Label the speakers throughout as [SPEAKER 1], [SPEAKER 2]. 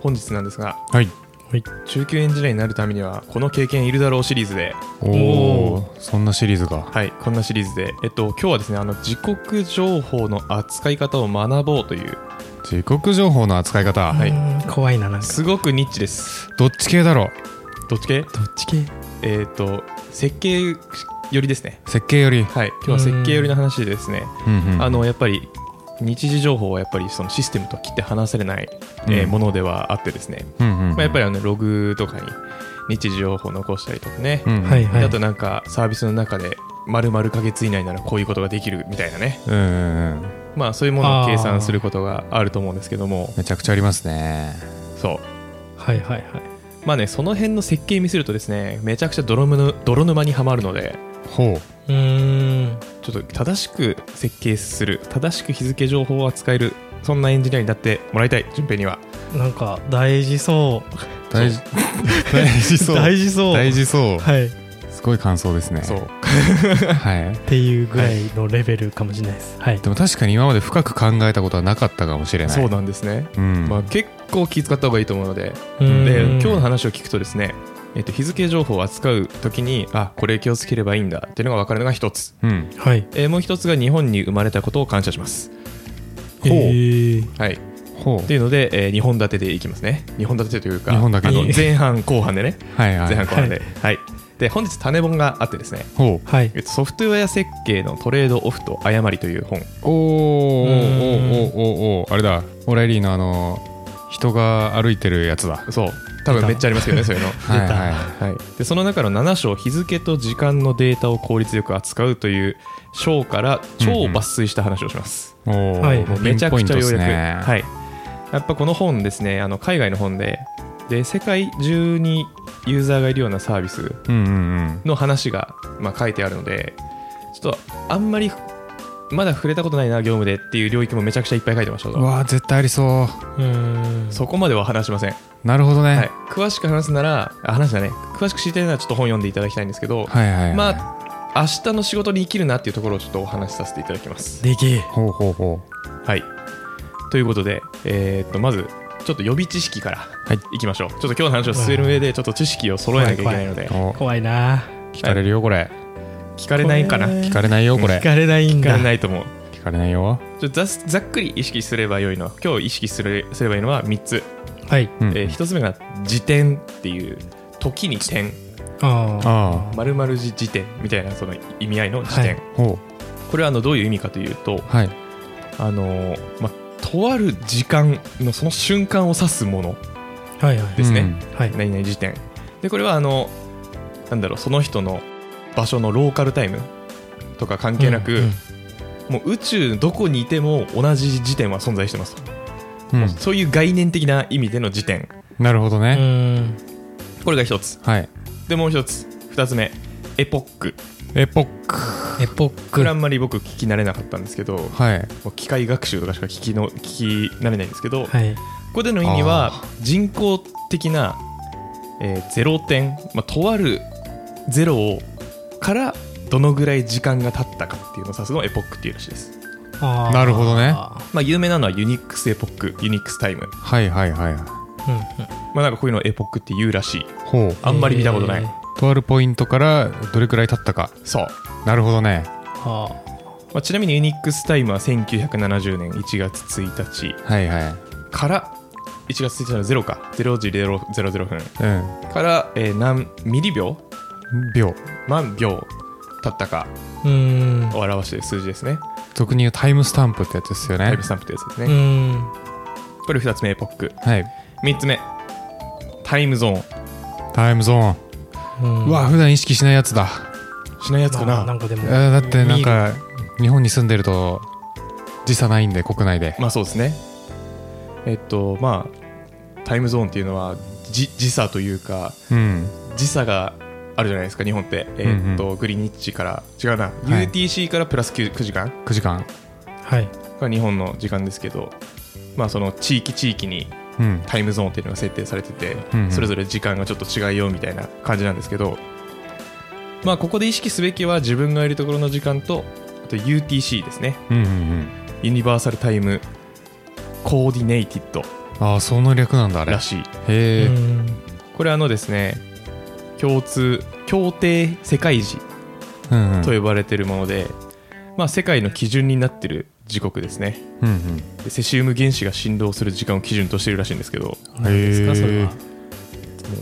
[SPEAKER 1] 本日なんですが
[SPEAKER 2] はい。
[SPEAKER 1] 中級エンジニアになるためにはこの経験いるだろうシリーズで
[SPEAKER 2] お
[SPEAKER 1] お
[SPEAKER 2] お、そんなシリーズが。
[SPEAKER 1] はいこんなシリーズでえっと今日はですねあの時刻情報の扱い方を学ぼうという
[SPEAKER 2] 時刻情報の扱い方。
[SPEAKER 1] はいう
[SPEAKER 3] ーん怖いななんか
[SPEAKER 1] すごくニッチです
[SPEAKER 2] どっち系だろ
[SPEAKER 1] どっち系
[SPEAKER 3] どっち系
[SPEAKER 1] えっと設計寄りですね
[SPEAKER 2] う。設計より。
[SPEAKER 1] はい今日は設計寄りの話でですね
[SPEAKER 2] うんうん
[SPEAKER 1] あのやっぱり日時情報はやっぱりそのシステムとは切って離されない、えー
[SPEAKER 2] うん
[SPEAKER 1] ものではあってですね、
[SPEAKER 2] うんうん
[SPEAKER 1] まあ、やっぱりあのログとかに日時情報残したりとかね、
[SPEAKER 2] うんうん
[SPEAKER 3] はい
[SPEAKER 1] であとなんかサービスの中で丸々ヶ月以内ならこういうことができるみたいなね
[SPEAKER 2] うんうんうん。
[SPEAKER 1] まあそういうものを計算することがあると思うんですけども
[SPEAKER 2] めちゃくちゃありますね。
[SPEAKER 1] そう
[SPEAKER 3] はいはいはい
[SPEAKER 1] まあねその辺の設計見せるとですねめちゃくちゃ泥沼の泥沼にはまるので
[SPEAKER 2] ほ。
[SPEAKER 3] うーん
[SPEAKER 1] ちょっと正しく設計する正しく日付情報を扱えるそんなエンジニアになってもらいたい順平には
[SPEAKER 3] なんか大事そう
[SPEAKER 2] 大事。 大事そ う。
[SPEAKER 3] 大事そう
[SPEAKER 2] 大事そう。
[SPEAKER 3] はいっ
[SPEAKER 2] すごい感想ですね。
[SPEAKER 1] そう
[SPEAKER 2] はい。
[SPEAKER 3] ていうぐらいのレベルかもしれないですはい
[SPEAKER 2] でも確かに今まで深く考えたことはなかったかもしれない。
[SPEAKER 1] そうなんですね、
[SPEAKER 2] うん。
[SPEAKER 1] まあ、結構気遣った方がいいと思うので
[SPEAKER 3] うーん
[SPEAKER 1] で今日の話を聞くとですね、えっと、日付情報を扱う時にあこれ気をつければいいんだっていうのが分かるのが一つ、
[SPEAKER 2] うん。
[SPEAKER 3] はい
[SPEAKER 1] えーもう一つが日本に生まれたことを感謝します
[SPEAKER 2] ほう
[SPEAKER 3] えー
[SPEAKER 1] はい
[SPEAKER 2] ほ
[SPEAKER 1] っていうので、え2本立てでいきますね2本立てというか
[SPEAKER 2] 二本だけ
[SPEAKER 1] あの
[SPEAKER 2] いい
[SPEAKER 1] 前半後半でね
[SPEAKER 2] う。はい は
[SPEAKER 1] 前半
[SPEAKER 2] い。
[SPEAKER 1] 後半ではい、で本日種本があってですね
[SPEAKER 2] ほう。
[SPEAKER 3] はい
[SPEAKER 1] えっとソフトウェア設計のトレードオフと誤りという本
[SPEAKER 2] おーおーおーおーおーあれだ。オレリーのあの人が歩いてるやつだ。
[SPEAKER 1] そう多分めっちゃありますよね そういうの
[SPEAKER 2] はいはい。
[SPEAKER 1] はい、でその中の7章日付と時間のデータを効率よく扱うという章から超抜粋した話をします、
[SPEAKER 2] おー
[SPEAKER 3] はい
[SPEAKER 1] もうめちゃくちゃ
[SPEAKER 2] ピンポイントっ
[SPEAKER 1] 要
[SPEAKER 2] す
[SPEAKER 1] 約、
[SPEAKER 2] ね
[SPEAKER 1] はい、やっぱこの本ですねあの海外の本でで世界中にユーザーがいるようなサービス
[SPEAKER 2] うんうん
[SPEAKER 1] の話が、まあ、書いてあるのでちょっとあんまりまだ触れたことないな業務でっていう領域もめちゃくちゃいっぱい書いてました
[SPEAKER 2] うん。うわー絶対ありそう
[SPEAKER 3] ーん
[SPEAKER 1] そこまでは話しません、
[SPEAKER 2] う。なるほど
[SPEAKER 1] はい
[SPEAKER 2] ね。、
[SPEAKER 1] 詳しく話すならあ話したね詳しく知りたいならちょっと本読んでいただきたいんですけど、
[SPEAKER 2] はいはいはい。
[SPEAKER 1] まあ、明日の仕事に生きるなっていうところをちょっとお話しさせていただきます。
[SPEAKER 3] でけえ
[SPEAKER 2] ほうほうほ
[SPEAKER 1] はい。ということで、えーっと、まず、ちょっと予備知識から、はい、いきましょう。ちょっと今日の話を進める上で、ちょっと知識を揃えなきゃいけないので
[SPEAKER 2] う。、お
[SPEAKER 3] 怖いな
[SPEAKER 2] 聞かれるよこれ。
[SPEAKER 1] 聞かれないかな聞
[SPEAKER 2] 聞かれないよこれ
[SPEAKER 3] 聞。かれないん
[SPEAKER 1] か
[SPEAKER 3] だ
[SPEAKER 1] れないと思う。
[SPEAKER 2] 聞かれないよ。
[SPEAKER 1] ちょっとざすざっくり意識すればよいのは、今日意識するすればいいのは3つ。
[SPEAKER 3] はい
[SPEAKER 2] うん
[SPEAKER 1] え1つ目が、時点っていう、時に点、
[SPEAKER 3] あー
[SPEAKER 2] あ
[SPEAKER 1] まるまる時点みたいなその意味合いの時点。
[SPEAKER 3] は
[SPEAKER 2] あ。ほ
[SPEAKER 1] これはあのどういう意味かというと、
[SPEAKER 2] う。はい。
[SPEAKER 1] あのーまあ、とある時間のその瞬間を指すもの
[SPEAKER 3] はいはい
[SPEAKER 1] ですね
[SPEAKER 2] うん
[SPEAKER 3] はい
[SPEAKER 1] 何々時点でこれはあのなんだろうその人の場所のローカルタイムとか関係なく、
[SPEAKER 3] うんうん
[SPEAKER 1] もう宇宙どこにいても同じ時点は存在してます、
[SPEAKER 2] うん
[SPEAKER 1] そういう概念的な意味での時点
[SPEAKER 2] なるほど
[SPEAKER 3] う
[SPEAKER 2] ね。
[SPEAKER 3] ーん
[SPEAKER 1] これが一つ
[SPEAKER 2] はい。
[SPEAKER 1] でもう一つ二つ目エポック
[SPEAKER 2] エポック。
[SPEAKER 3] エポッ
[SPEAKER 1] こ
[SPEAKER 3] ク
[SPEAKER 1] れあんまり僕聞き慣れなかったんですけど、も
[SPEAKER 2] はい。
[SPEAKER 1] う機械学習とかしか聞きの聞き慣れないんですけど、
[SPEAKER 3] はい
[SPEAKER 1] ここでの意味は
[SPEAKER 2] あ
[SPEAKER 1] 人工的な、えーゼロ点、まあ、とあるゼロをからどのぐらい時間が経ったかっていうのを指すのをエポックっていうらしいです、
[SPEAKER 3] あー
[SPEAKER 2] なるほどね
[SPEAKER 1] まあ、有名なのはユニックスエポックユニックスタイム、
[SPEAKER 2] はいはいはい。
[SPEAKER 3] うんうん
[SPEAKER 1] まあ、なんかこういうのをエポックって言うらしい
[SPEAKER 2] ほう。
[SPEAKER 1] あんまり見たことない、
[SPEAKER 3] えー
[SPEAKER 2] とあるポイントからどれくらい経ったか。
[SPEAKER 1] そう、
[SPEAKER 2] なるほどね。
[SPEAKER 3] あー
[SPEAKER 1] まあ、ちなみにユニックスタイムは1970年1月1日
[SPEAKER 2] はいはい。
[SPEAKER 1] から1月1日のゼロか0時00 00分
[SPEAKER 2] う
[SPEAKER 1] から、えー何ミリ秒
[SPEAKER 2] ん。秒。
[SPEAKER 1] 万秒経ったか
[SPEAKER 3] うーん
[SPEAKER 1] を表している数字ですね
[SPEAKER 2] 俗に言うタイムスタンプってやつですよ
[SPEAKER 1] タイ
[SPEAKER 2] ね
[SPEAKER 1] ム。スタンプってやつですね、
[SPEAKER 3] うん
[SPEAKER 1] これ2つ目エポック
[SPEAKER 2] はい。
[SPEAKER 1] 3つ目タイムゾーン
[SPEAKER 2] タイムゾーン。
[SPEAKER 3] うん
[SPEAKER 2] うわ、普段意識しないやつだ。
[SPEAKER 1] しないやつか
[SPEAKER 3] ま
[SPEAKER 1] な、
[SPEAKER 3] あなんかでも
[SPEAKER 2] えーだってなんか日本に住んでると時差ないんで国内で
[SPEAKER 1] まあそうですねえっとまあタイムゾーンっていうのはじ時差というか
[SPEAKER 2] うん
[SPEAKER 1] 時差があるじゃないですか日本って、えっと
[SPEAKER 2] う
[SPEAKER 1] グリニッチから違うな、
[SPEAKER 2] はい
[SPEAKER 1] UTC からプラス 9, 9時間
[SPEAKER 2] 9時間
[SPEAKER 3] はい
[SPEAKER 1] が日本の時間ですけどまあその地域地域に
[SPEAKER 2] うん
[SPEAKER 1] タイムゾーンっていうのが設定されてて、
[SPEAKER 2] うんうん
[SPEAKER 1] それぞれ時間がちょっと違いようみたいな感じなんですけど、まあ、ここで意識すべきは自分がいるところの時間とあと UTC ですね
[SPEAKER 2] うんうん
[SPEAKER 1] ユニバーサルタイムコーディネイティッド
[SPEAKER 2] ああその略なんだあれ
[SPEAKER 1] ら
[SPEAKER 2] へ
[SPEAKER 1] しい
[SPEAKER 3] うん
[SPEAKER 2] え
[SPEAKER 1] これあのですね共通協定世界時
[SPEAKER 2] うんうん
[SPEAKER 1] と呼ばれてるもので、まあ、世界の基準になってる時刻ですね
[SPEAKER 2] うんうん
[SPEAKER 1] でセシウム原子が振動する時間を基準としてるらしいんですけど
[SPEAKER 3] なんですかそれ
[SPEAKER 2] へ
[SPEAKER 3] は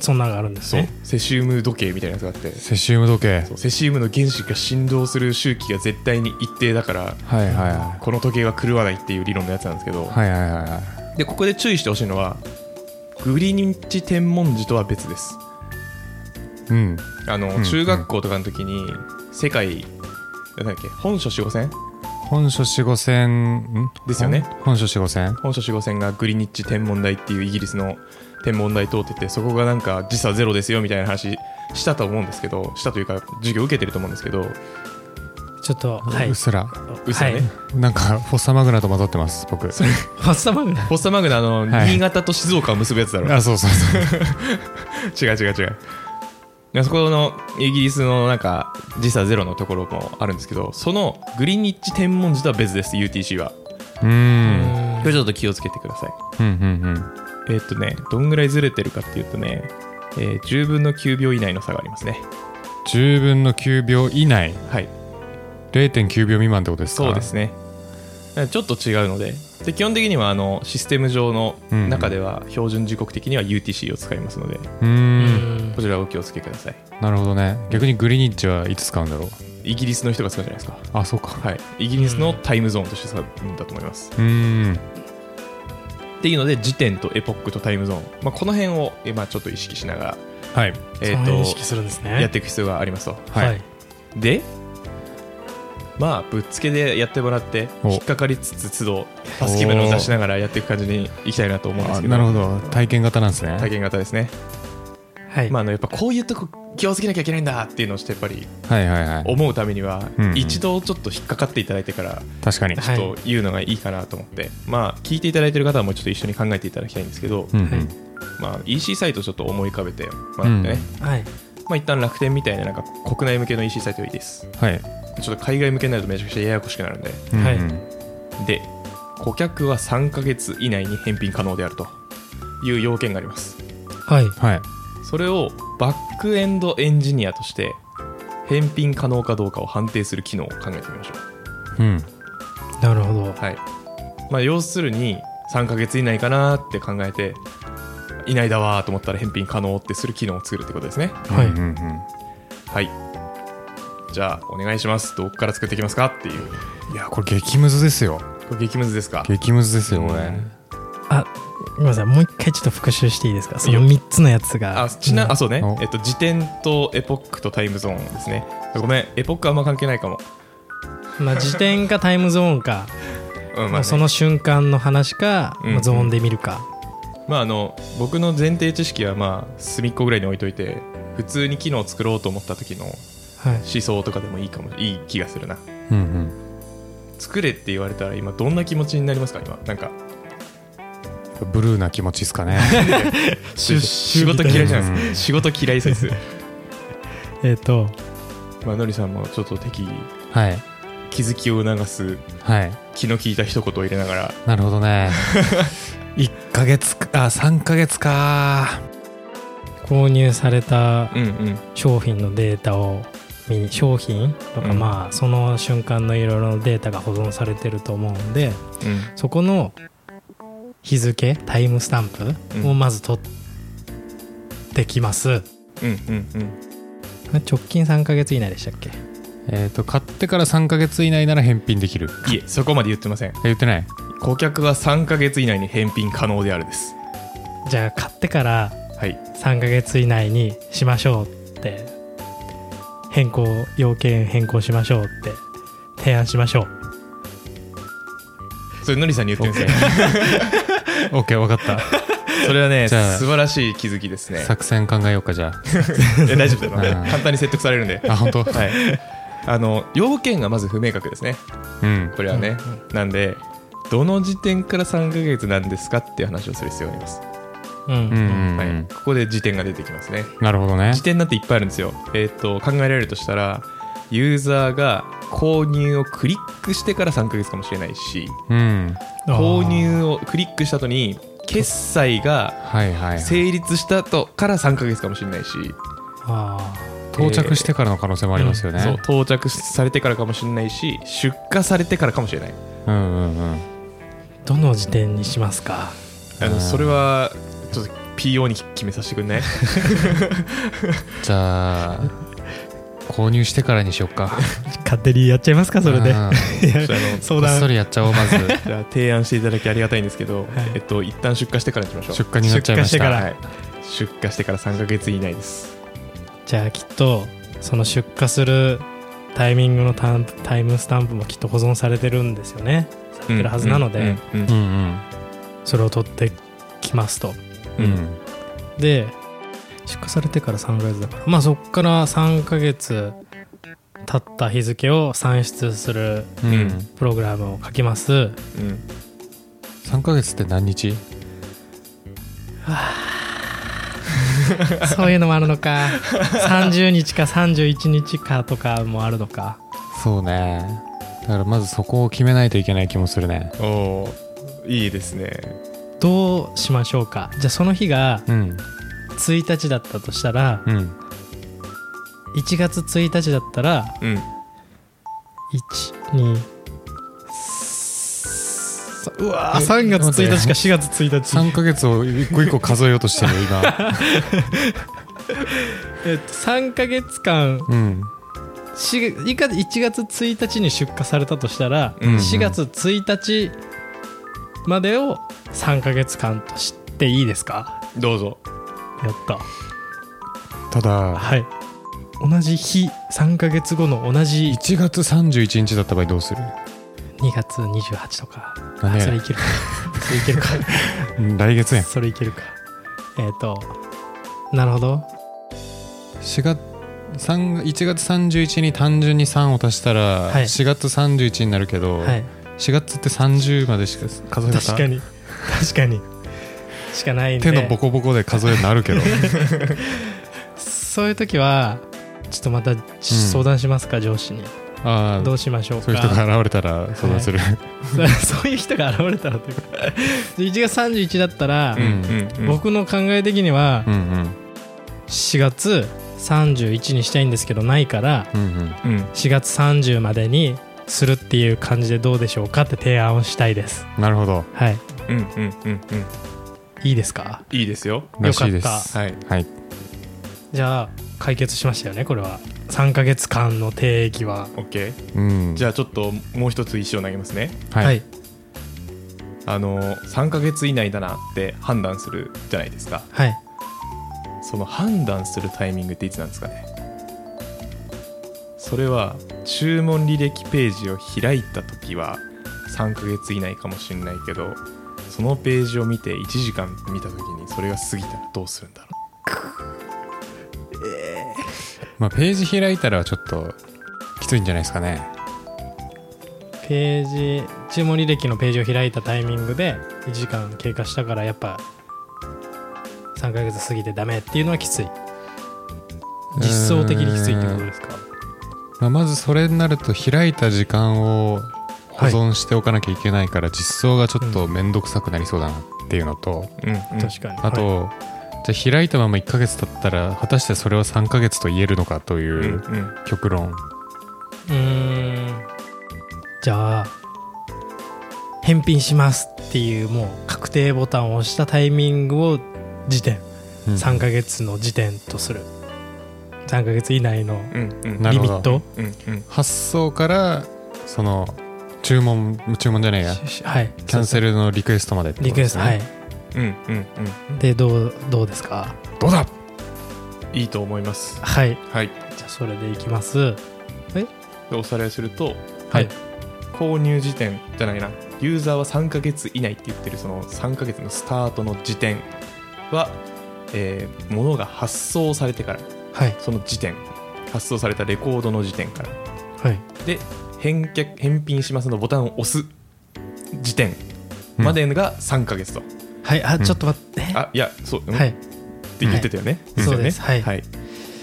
[SPEAKER 3] そんなのがあるんです
[SPEAKER 1] そう
[SPEAKER 3] ね
[SPEAKER 1] セシウム時計みたいなやつがあって
[SPEAKER 2] セシウム時計
[SPEAKER 1] そうセシウムの原子が振動する周期が絶対に一定だから
[SPEAKER 2] はいはいはい
[SPEAKER 1] この時計は狂わないっていう理論のやつなんですけど、
[SPEAKER 2] はいはいはいはい
[SPEAKER 1] でここで注意してほしいのはグリニッチ天文時とは別です
[SPEAKER 2] うん
[SPEAKER 1] あの、
[SPEAKER 2] うん
[SPEAKER 1] 中学校とかの時に世界なんだっけ本書四五線
[SPEAKER 2] 本書四五線ん
[SPEAKER 1] ですよね
[SPEAKER 2] 本本書四五線
[SPEAKER 1] 本書四五線がグリニッチ天文台っていうイギリスの天文台通っててそこがなんか時差ゼロですよみたいな話したと思うんですけどしたというか授業受けてると思うんですけど
[SPEAKER 3] ちょっとはいう
[SPEAKER 2] っすら
[SPEAKER 1] 嘘ね
[SPEAKER 3] はい
[SPEAKER 2] なんか フォッサマグナと混ざってます僕あそう
[SPEAKER 3] ファッサマグナ
[SPEAKER 1] ポッサマグナの
[SPEAKER 2] はい
[SPEAKER 1] 新潟と静岡を結ぶやつだろ、
[SPEAKER 2] そうそう
[SPEAKER 1] 違う違う違ういやそこのイギリスのなんか時差ゼロのところもあるんですけどそのグリニッチ天文時とは別です UTC は
[SPEAKER 2] ううん
[SPEAKER 1] これちょっと気をつけてください
[SPEAKER 2] うんうん
[SPEAKER 1] えーっとねどんぐらいずれてるかっていうとね、えー10分の9秒以内の差がありますね
[SPEAKER 2] 10分の9秒以内
[SPEAKER 1] はい
[SPEAKER 2] 0.9秒未満ってことですか
[SPEAKER 1] そうですねだからちょっと違うのでで基本的にはあのシステム上の中では標準時刻的には UTC を使いますので、
[SPEAKER 2] うー
[SPEAKER 3] うんん
[SPEAKER 1] こちらをお気をつけください
[SPEAKER 2] なるほどね逆にグリニッジはいつ使うんだろう
[SPEAKER 1] イギリスの人が使うじゃないですか
[SPEAKER 2] あそうか
[SPEAKER 1] はいイギリスのタイムゾーンとして使うんだと思います
[SPEAKER 2] うーん
[SPEAKER 1] っていうので時点とエポックとタイムゾーン、まあ、この辺を、えまあ、ちょっと意識しながら、
[SPEAKER 2] はい
[SPEAKER 1] え
[SPEAKER 3] そ
[SPEAKER 1] ー
[SPEAKER 3] う
[SPEAKER 1] と
[SPEAKER 3] いう意識するんですね
[SPEAKER 1] やっていく必要がありますと
[SPEAKER 2] はい
[SPEAKER 3] はい
[SPEAKER 1] でまあぶっつけでやってもらって
[SPEAKER 2] お
[SPEAKER 1] 引っかかりつつ都度助け舟を出しながらやっていく感じにいきたいなと思うんで
[SPEAKER 2] あ
[SPEAKER 1] すけど
[SPEAKER 2] なるほど体験型なんですね
[SPEAKER 1] 体験型ですね、
[SPEAKER 3] はい
[SPEAKER 1] まあ、あのやっぱこういうとこ気をつけなきゃいけないんだっていうのをちょっとやっぱり
[SPEAKER 2] はいはいはい
[SPEAKER 1] 思うためには、
[SPEAKER 2] うんうん
[SPEAKER 1] 一度ちょっと引っかかっていただいてから
[SPEAKER 2] 確かに
[SPEAKER 1] ちょっと言うのがいいかなと思って、まあ聞いていただいてる方もちょっと一緒に考えていただきたいんですけど、
[SPEAKER 2] うんう
[SPEAKER 3] はい
[SPEAKER 2] ん
[SPEAKER 1] まあ、EC サイトちょっと思い浮かべてもらってね、
[SPEAKER 2] うん
[SPEAKER 3] はい
[SPEAKER 1] まあ、一旦楽天みたいななんか国内向けの EC サイトいいです
[SPEAKER 2] はい
[SPEAKER 1] ちょっと海外向けになるとめちゃくちゃややこしくなるんで
[SPEAKER 3] はい
[SPEAKER 2] うんうん
[SPEAKER 1] で顧客は3ヶ月以内に返品可能であるという要件があります
[SPEAKER 3] はい
[SPEAKER 2] はい
[SPEAKER 1] それをバックエンドエンジニアとして返品可能かどうかを判定する機能を考えてみましょう
[SPEAKER 2] うん
[SPEAKER 3] なるほど
[SPEAKER 1] はいまあ要するに3ヶ月以内かなって考えていないだわーと思ったら返品可能ってする機能を作るってことですね
[SPEAKER 3] はい
[SPEAKER 2] うんうんうん
[SPEAKER 1] はいじゃあお願いしますどこから作っていきますかっていう
[SPEAKER 2] いやこれ激ムズですよ
[SPEAKER 1] これ激ムズですか
[SPEAKER 2] 激ムズですよこ
[SPEAKER 1] う
[SPEAKER 2] れ
[SPEAKER 1] ん
[SPEAKER 3] あごめんなさいもう一回ちょっと復習していいですかその
[SPEAKER 1] いい
[SPEAKER 3] 3つのやつが
[SPEAKER 1] あちなあそうね
[SPEAKER 2] お、
[SPEAKER 1] えっと、時点とエポックとタイムゾーンですねごめんエポックあんま関係ないかも、
[SPEAKER 3] まあ時点かタイムゾーンか
[SPEAKER 1] うんま
[SPEAKER 3] ま
[SPEAKER 1] あ
[SPEAKER 3] あ
[SPEAKER 1] ね
[SPEAKER 3] その瞬間の話か、
[SPEAKER 1] うん
[SPEAKER 3] まあゾーンで見るか、
[SPEAKER 1] まあ、あの僕の前提知識はまあ隅っこぐらいに置いといて普通に機能を作ろうと思った時の思
[SPEAKER 3] はい、
[SPEAKER 1] 想とかでもいいかもいい気がするな
[SPEAKER 2] うんうん
[SPEAKER 1] 作れって言われたら今どんな気持ちになりますか今なんか
[SPEAKER 2] ブルーな気持ちですかね
[SPEAKER 1] 仕仕事嫌いじゃないですか仕事嫌い説
[SPEAKER 3] えっ、と
[SPEAKER 1] まあのりさんもちょっと適宜
[SPEAKER 2] はい
[SPEAKER 1] 気づきを促す
[SPEAKER 2] はい
[SPEAKER 1] 気の利いた一言を入れながら
[SPEAKER 2] なるほど ね1ヶ月かあ3ヶ月か
[SPEAKER 3] 購入された
[SPEAKER 1] うんうん
[SPEAKER 3] 商品のデータを見に商品とか、
[SPEAKER 1] うん
[SPEAKER 3] まあその瞬間のいろいろなデータが保存されてると思うんでそこの日付タイムスタンプ
[SPEAKER 1] うん
[SPEAKER 3] をまず取ってきます、
[SPEAKER 1] うんうんうんうん
[SPEAKER 3] 直近3ヶ月以内でしたっけ
[SPEAKER 2] えっ、と買ってから3ヶ月以内なら返品できる
[SPEAKER 1] いえそこまで言ってません
[SPEAKER 2] え言って ない
[SPEAKER 1] 顧客は3ヶ月以内に返品可能であるです
[SPEAKER 3] じゃあ買ってから
[SPEAKER 1] はい
[SPEAKER 3] 3ヶ月以内にしましょうって変更要件変更しましょうって提案しましょう
[SPEAKER 1] それのりさんに言ってるんですね
[SPEAKER 2] OK 分かった
[SPEAKER 1] それは ね
[SPEAKER 2] じゃあ
[SPEAKER 1] 素晴らしい気づきですね
[SPEAKER 2] 作戦考えようかじゃ
[SPEAKER 1] いや大丈夫だよ
[SPEAKER 2] うん
[SPEAKER 1] 簡単に説得されるんで
[SPEAKER 2] ああ本当
[SPEAKER 1] はいあの要件がまず不明確ですね
[SPEAKER 2] うん
[SPEAKER 1] これはね、なんでどの時点から3ヶ月なんですかっていう話をする必要があります、
[SPEAKER 3] うん
[SPEAKER 2] うんうん、う
[SPEAKER 1] はい、
[SPEAKER 2] ん、
[SPEAKER 1] ここで時点が出てきますね
[SPEAKER 2] なるほどね
[SPEAKER 1] 時点なんていっぱいあるんですよえっ、と考えられるとしたらユーザーが購入をクリックしてから3ヶ月かもしれないし
[SPEAKER 2] うん
[SPEAKER 1] 購入をクリックした後に決済が
[SPEAKER 2] はいはい、はい、
[SPEAKER 1] 成立したとから3ヶ月かもしれないし、
[SPEAKER 3] あ
[SPEAKER 2] 到着してからの可能性もありますよね、
[SPEAKER 1] そう到着されてからかもしれないし出荷されてからかもしれない
[SPEAKER 2] うんうんうん
[SPEAKER 3] あどの時点にしますか
[SPEAKER 1] あ
[SPEAKER 2] う
[SPEAKER 1] の
[SPEAKER 2] ん
[SPEAKER 1] それはちょっと PO に決めさせてくんない
[SPEAKER 2] じゃあ購入してからにしよっ か
[SPEAKER 3] 勝手にやっちゃいますかそれで
[SPEAKER 2] うん
[SPEAKER 3] いや
[SPEAKER 1] じゃああの
[SPEAKER 3] 相
[SPEAKER 2] こっそ
[SPEAKER 3] 談
[SPEAKER 2] りやっちゃおうまず
[SPEAKER 1] じゃあ提案していただきありがたいんですけど、
[SPEAKER 3] はい
[SPEAKER 1] えっと一旦出荷してからにしましょう
[SPEAKER 2] 出荷になっちゃいました
[SPEAKER 3] 出荷してから
[SPEAKER 1] はい、出荷してから3ヶ月以内です
[SPEAKER 3] じゃあきっとその出荷するタイミングのタンタイムスタンプもきっと保存されてるんですよねされてるはずなので、
[SPEAKER 1] うんうん
[SPEAKER 2] う
[SPEAKER 1] うん
[SPEAKER 2] ん
[SPEAKER 3] それを取ってきますと
[SPEAKER 2] うんう
[SPEAKER 1] うん
[SPEAKER 2] ん
[SPEAKER 3] で出荷されてから3ヶ月だからまあそこから3ヶ月経った日付を算出する
[SPEAKER 2] うん、
[SPEAKER 1] うん
[SPEAKER 3] プログラムを書きます
[SPEAKER 1] うん
[SPEAKER 2] 3ヶ月って何日
[SPEAKER 3] そういうのもあるのか30日か31日かとかもあるのか
[SPEAKER 2] そうねだからまずそこを決めないといけない気もするね
[SPEAKER 1] おーいいですね
[SPEAKER 3] どうしましょうかじゃあその日が
[SPEAKER 2] うん
[SPEAKER 3] 1日だったとしたら
[SPEAKER 2] うん
[SPEAKER 3] 1月1日だったら
[SPEAKER 1] うん
[SPEAKER 3] 12うわー3月1日か4月1日
[SPEAKER 2] 3ヶ月を一個一個数えようとしてるよ 今
[SPEAKER 3] えっと3ヶ月間
[SPEAKER 2] うん
[SPEAKER 3] しいか1月1日に出荷されたとしたら、
[SPEAKER 1] うんうん
[SPEAKER 3] 4月1日までを3ヶ月間としていいですか
[SPEAKER 1] どうぞ
[SPEAKER 3] やった
[SPEAKER 2] ただ
[SPEAKER 3] はい同じ日3ヶ月後の同じ
[SPEAKER 2] 1月31日だった場合どうする
[SPEAKER 3] 2月28とか
[SPEAKER 2] なん
[SPEAKER 3] あ
[SPEAKER 2] で
[SPEAKER 3] それい けるかそれいけるか
[SPEAKER 2] うん来月やん
[SPEAKER 3] それいけるかえっ、となるほど
[SPEAKER 2] 4月三1月31に単純に3を足したら
[SPEAKER 3] はい
[SPEAKER 2] 4月31になるけど、
[SPEAKER 3] はい
[SPEAKER 2] 4月って30までしか数え方
[SPEAKER 3] 確かに確かにしかないん
[SPEAKER 2] 手
[SPEAKER 3] で
[SPEAKER 2] のボコボコで数えるのある けど
[SPEAKER 3] そういう時はちょっとまた相談しますか、上司に
[SPEAKER 2] ああ
[SPEAKER 3] どうしましょうか
[SPEAKER 2] そういう人が現れたら相談する、
[SPEAKER 3] そう そういう人が現れたらというか1月31だったら、
[SPEAKER 2] ん
[SPEAKER 1] うん
[SPEAKER 3] 僕の考え的には
[SPEAKER 2] うんうん
[SPEAKER 3] 4月31にしたいんですけどないから
[SPEAKER 2] うんうん
[SPEAKER 1] うん
[SPEAKER 3] 4月30までにするっていう感じでどうでしょうかって提案をしたいです
[SPEAKER 2] なるほど
[SPEAKER 3] はい
[SPEAKER 1] うんうんうんうん
[SPEAKER 3] いいですか
[SPEAKER 1] いいですよ
[SPEAKER 2] らしいです
[SPEAKER 3] よかっ
[SPEAKER 1] はい
[SPEAKER 2] はい
[SPEAKER 3] じゃあ解決しましたよねこれは3ヶ月間の定義は
[SPEAKER 1] OK
[SPEAKER 2] うん
[SPEAKER 1] じゃあちょっともう一つ石を投げますね
[SPEAKER 2] はい、
[SPEAKER 3] はい、
[SPEAKER 1] あの3ヶ月以内だなって判断するじゃないですか
[SPEAKER 3] はい
[SPEAKER 1] その判断するタイミングっていつなんですかねそれは注文履歴ページを開いた時は3ヶ月以内かもしれないけどそのページを見て1時間見た時にそれが過ぎたらどうするんだろ
[SPEAKER 2] まあ、ページ開いたらちょっときついんじゃないですかね
[SPEAKER 3] ページ注文履歴のページを開いたタイミングで1時間経過したからやっぱ3ヶ月過ぎてダメっていうのはきつい実装的にきついってことですか
[SPEAKER 2] まあ、まずそれになると開いた時間を保存しておかなきゃいけないから、実装がちょっと面倒くさくなりそうだなっていうのと、
[SPEAKER 1] う、うんうん
[SPEAKER 3] 確かに
[SPEAKER 2] あと、じゃあ開いたまま1ヶ月経ったら果たしてそれは3ヶ月と言えるのかと
[SPEAKER 1] う
[SPEAKER 2] い
[SPEAKER 1] ん
[SPEAKER 2] う極論、
[SPEAKER 3] うーんじゃあ返品しますっていうもう確定ボタンを押したタイミングを時点
[SPEAKER 2] うん
[SPEAKER 3] 3ヶ月の時点とする3ヶ月以内の
[SPEAKER 1] うんうんうん
[SPEAKER 2] な
[SPEAKER 3] リ
[SPEAKER 2] るほ
[SPEAKER 3] ミ
[SPEAKER 2] ど
[SPEAKER 3] ット
[SPEAKER 1] うんうん
[SPEAKER 2] 発送からその注文注文じゃないや
[SPEAKER 3] はい
[SPEAKER 2] キャンセルのリクエストまでってこと
[SPEAKER 3] リクエスト
[SPEAKER 2] です
[SPEAKER 3] は
[SPEAKER 2] ね
[SPEAKER 3] い
[SPEAKER 1] うんうん
[SPEAKER 3] でどうどうですか
[SPEAKER 2] どうだ
[SPEAKER 1] うんいいと思います
[SPEAKER 3] はい
[SPEAKER 1] はい
[SPEAKER 3] じゃあそれでいきます
[SPEAKER 1] でおさらいすると
[SPEAKER 3] はい
[SPEAKER 1] 購入時点じゃないなユーザーは3ヶ月以内って言ってるその3ヶ月のスタートの時点は、えー、物が発送されてから
[SPEAKER 3] はい
[SPEAKER 1] その時点発送されたレコードの時点から
[SPEAKER 3] はい
[SPEAKER 1] で返却返品しますのボタンを押す時点までが3ヶ月と、
[SPEAKER 3] はいあ
[SPEAKER 2] ん
[SPEAKER 3] ちょっと待って
[SPEAKER 1] あいやそう、うん
[SPEAKER 3] は
[SPEAKER 1] っ
[SPEAKER 3] い
[SPEAKER 1] て言ってたよね、
[SPEAKER 3] はいそうです
[SPEAKER 1] よね
[SPEAKER 3] は
[SPEAKER 1] はい、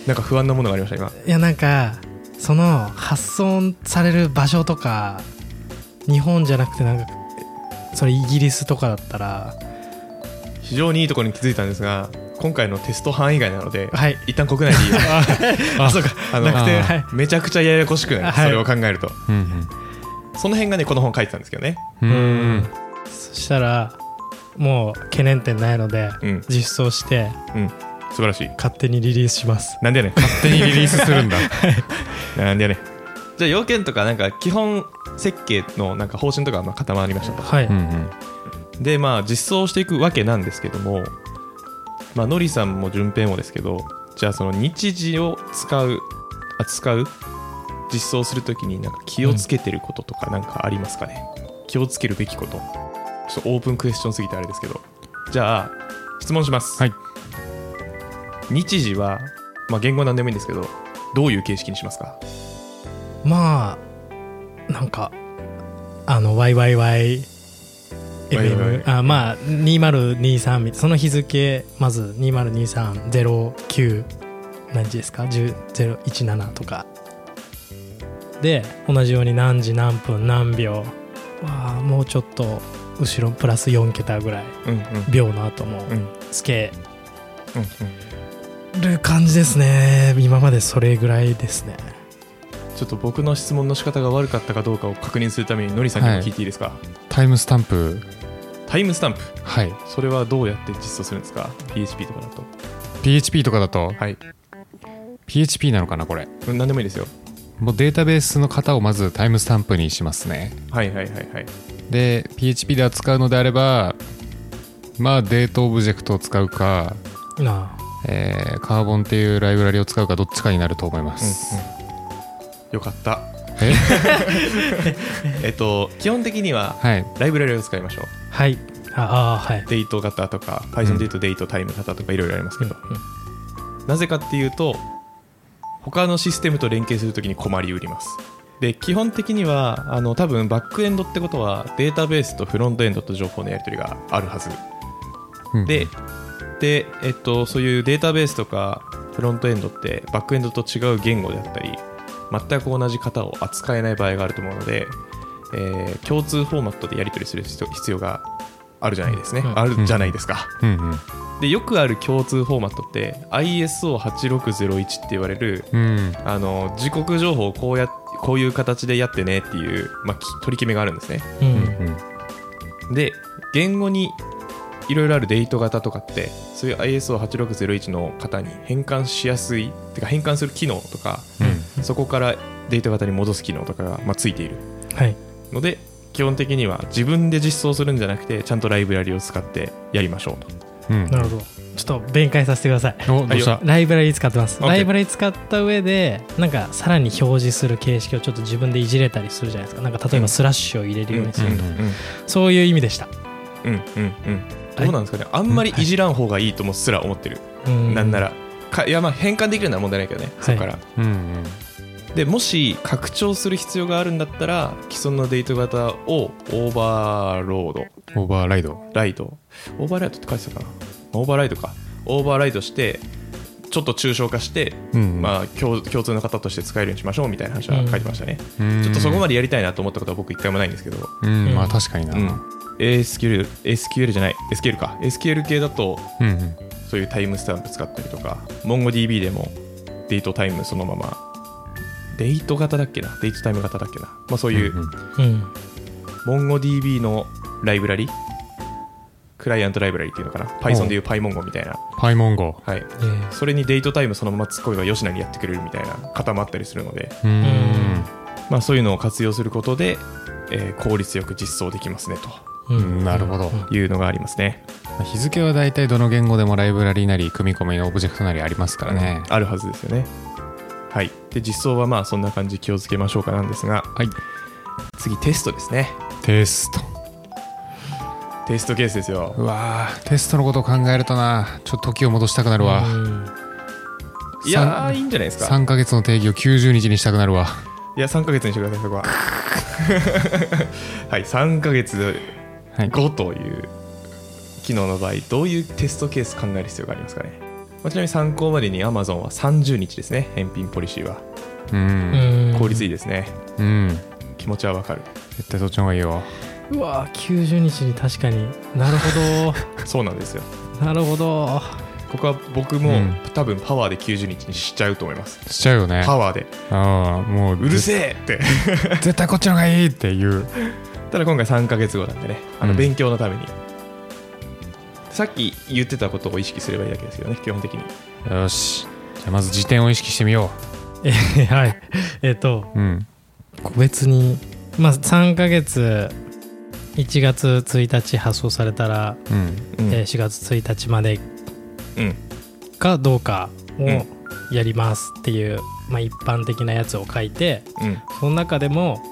[SPEAKER 1] なんか不安なものがありました今
[SPEAKER 3] いやなんかその発送される場所とか日本じゃなくてなんかそれイギリスとかだったら
[SPEAKER 1] 非常にいいところに気づいたんですが今回のテスト班以外なので、
[SPEAKER 3] はい
[SPEAKER 1] 一旦国内に
[SPEAKER 3] あそうか
[SPEAKER 1] あの
[SPEAKER 3] 楽天
[SPEAKER 2] あー
[SPEAKER 3] はい
[SPEAKER 1] めちゃくちゃややこしくない、
[SPEAKER 3] はい
[SPEAKER 1] それを考えると
[SPEAKER 2] うん
[SPEAKER 1] その辺がねこの本書いてたんですけどね
[SPEAKER 2] うん うん
[SPEAKER 3] そしたらもう懸念点ないので、
[SPEAKER 1] うん
[SPEAKER 3] 実装して
[SPEAKER 1] うん素晴らしい
[SPEAKER 3] 勝手にリリースします
[SPEAKER 1] なんでやね
[SPEAKER 2] 勝手にリリースするんだ
[SPEAKER 1] ん なんでやねんじゃあ要件とかなんか基本設計のなんか方針とかはまあ固まりましたと
[SPEAKER 3] はい、
[SPEAKER 2] うんうん
[SPEAKER 1] でまあ実装していくわけなんですけどもまあのりさんも順平もですけどじゃあその日時を使う扱う実装するときになんか気をつけてることとかなんかありますかね、気をつけるべきことちょっとオープンクエスチョンすぎてあれですけどじゃあ質問します、
[SPEAKER 2] はい
[SPEAKER 1] 日時は、まあ、言語なんでもいいんですけどどういう形式にしますか
[SPEAKER 3] まあなんかあの YYY
[SPEAKER 1] YYY
[SPEAKER 3] FM あまあ2023みその日付まず202309何時ですか10 017とかで同じように何時何分何秒わあもうちょっと後ろプラス4桁ぐらい
[SPEAKER 1] うんうん
[SPEAKER 3] 秒の後も
[SPEAKER 1] うん
[SPEAKER 3] つけ
[SPEAKER 1] うん
[SPEAKER 3] る感じですね今までそれぐらいですね
[SPEAKER 1] ちょっと僕の質問の仕方が悪かったかどうかを確認するためにのりさんにも聞いていいですか、
[SPEAKER 2] タイムスタンプ
[SPEAKER 1] タイムスタンプ
[SPEAKER 2] はい
[SPEAKER 1] それはどうやって実装するんですか PHP とかだと
[SPEAKER 2] PHP とかだと
[SPEAKER 1] はい
[SPEAKER 2] PHP なのかなこれ
[SPEAKER 1] うん何でもいいですよ
[SPEAKER 2] もうデータベースの型をまずタイムスタンプにしますね
[SPEAKER 1] はいはいはいはい
[SPEAKER 2] で PHP で扱うのであればまあデートオブジェクトを使うか、
[SPEAKER 3] な
[SPEAKER 2] えーカーボンっていうライブラリを使うかどっちかになると思います、
[SPEAKER 1] よかった
[SPEAKER 2] え
[SPEAKER 1] えっと基本的には
[SPEAKER 2] はい
[SPEAKER 1] ライブラリを使いましょう
[SPEAKER 3] あはいああーはい
[SPEAKER 1] デート型とか Python でいうとデートタイム型とかいろいろありますけど、なぜかっていうと他のシステムと連携するときに困りうりますで基本的にはあの多分バックエンドってことはデータベースとフロントエンドと情報のやり取りがあるはず
[SPEAKER 2] うん
[SPEAKER 1] でで、えっと、そういうデータベースとかフロントエンドってバックエンドと違う言語であったり全く同じ型を扱えない場合があると思うので、えー共通フォーマットでやり取りする必要必要があるじゃないですね、
[SPEAKER 3] うん
[SPEAKER 1] あるじゃないですか、
[SPEAKER 2] うんうん
[SPEAKER 1] でよくある共通フォーマットって ISO8601 って言われる
[SPEAKER 2] うん
[SPEAKER 1] あの時刻情報をこうやこういう形でやってねっていう、まあ、き取り決めがあるんですね
[SPEAKER 3] う
[SPEAKER 2] うんん
[SPEAKER 1] で言語にいろいろあるデート型とかってそういう ISO8601 の型に変換しやすいてか変換する機能とか
[SPEAKER 2] うん
[SPEAKER 1] そこからデート型に戻す機能とかが、まあ、ついている
[SPEAKER 3] はい
[SPEAKER 1] ので基本的には自分で実装するんじゃなくてちゃんとライブラリを使ってやりましょうと
[SPEAKER 2] うん
[SPEAKER 3] なるほどちょっと弁解させてください
[SPEAKER 2] おどうした
[SPEAKER 3] ライブラリ使ってます
[SPEAKER 1] OK
[SPEAKER 3] ライブラリ使った上でなんかさらに表示する形式をちょっと自分でいじれたりするじゃないですかなんか例えばスラッシュを入れるようにする、
[SPEAKER 2] ん
[SPEAKER 3] そういう意味でした
[SPEAKER 1] うんうんうんどうなんですかねあんまりいじらん方がいいともすら思ってる、
[SPEAKER 3] うん
[SPEAKER 1] なんならかいやまあ変換できるのは問題ないけどね、
[SPEAKER 3] い
[SPEAKER 1] そこから
[SPEAKER 2] うんうん
[SPEAKER 1] でもし拡張する必要があるんだったら既存のデート型をオーバーロード
[SPEAKER 2] オーバーライド
[SPEAKER 1] ライドオーバーライドって書いてたかなオーバーライドかオーバーライドしてちょっと抽象化して、
[SPEAKER 2] うん
[SPEAKER 1] まあ、共共通の方として使えるようにしましょうみたいな話は書いてましたね、
[SPEAKER 2] ち
[SPEAKER 1] ちょっとそこまで
[SPEAKER 2] で
[SPEAKER 1] やりたいなと思ったことは僕一回もないんですけど、
[SPEAKER 2] うんまあ確かにな
[SPEAKER 1] うん ASQL, SQL じゃない SQL か SQL 系だと
[SPEAKER 2] うんうん
[SPEAKER 1] そういうタイムスタンプ使ったりとか MongoDB でもデートタイムそのままデート型だっけなデートタイム型だっけな、まあ、そういう
[SPEAKER 2] うん
[SPEAKER 3] うん、
[SPEAKER 1] MongoDB のライブラリクライアントライブラリっていうのかな Python でいう PyMongo みたいな、
[SPEAKER 2] パイモンゴ
[SPEAKER 1] はい、
[SPEAKER 3] えー
[SPEAKER 1] それにデートタイムそのまま突っ込めば吉野にやってくれるみたいな方もあったりするので、
[SPEAKER 2] うん
[SPEAKER 1] まあ、そういうのを活用することで、えー効率よく実装できますね
[SPEAKER 3] う
[SPEAKER 2] うんなるほど
[SPEAKER 1] というのがありますね。
[SPEAKER 2] 日付は大体どの言語でもライブラリなり組み込みのオブジェクトなりありますからね
[SPEAKER 1] あるはずですよね。はい、で実装はまあそんな感じ気をつけましょうかなんですが
[SPEAKER 2] はい
[SPEAKER 1] 次テストですね
[SPEAKER 2] テスト
[SPEAKER 1] テストケースですよ
[SPEAKER 2] うわーテストのことを考えるとなちょっと時を戻したくなるわ
[SPEAKER 3] うん
[SPEAKER 1] いやーいいんじゃないですか
[SPEAKER 2] 3ヶ月の定義を90日にしたくなるわ
[SPEAKER 1] いや3ヶ月にしてくださいそこは はい3ヶ月
[SPEAKER 2] はい
[SPEAKER 1] 5という機能の場合どういうテストケース考える必要がありますかね、まあちなみに参考までに Amazon は30日ですね返品ポリシーは
[SPEAKER 2] う
[SPEAKER 3] うんん
[SPEAKER 1] 効率いいですね、
[SPEAKER 2] うん
[SPEAKER 1] 気持ちはわかる
[SPEAKER 2] 絶対そっちの方がいいよ
[SPEAKER 3] うわー90日に確かになるほ ど
[SPEAKER 1] そうなんですよ
[SPEAKER 3] なるほど
[SPEAKER 1] ここは僕も、
[SPEAKER 2] うん
[SPEAKER 1] 多分パワーで90日にしちゃうと思います
[SPEAKER 2] しちゃうよね
[SPEAKER 1] パワーで
[SPEAKER 2] ああもう
[SPEAKER 1] うる
[SPEAKER 2] え
[SPEAKER 1] せえって
[SPEAKER 2] 絶対こっちの方がいいっていう
[SPEAKER 1] ただ今回3ヶ月後なんでねあの
[SPEAKER 2] うん
[SPEAKER 1] 勉強のために、さっき言ってたことを意識すればいいだけですけどね基本的に
[SPEAKER 2] よしじゃあまず辞典を意識してみよ
[SPEAKER 3] えはいえっ、と
[SPEAKER 2] ううん
[SPEAKER 3] 個別にまあ3ヶ月1月1日発送されたら、
[SPEAKER 2] うん
[SPEAKER 1] うん
[SPEAKER 3] えー4月1日まで
[SPEAKER 1] うん
[SPEAKER 3] かどうか
[SPEAKER 1] うん
[SPEAKER 3] をやりますっていう、まあ、一般的なやつを書いて
[SPEAKER 1] うん
[SPEAKER 3] その中でも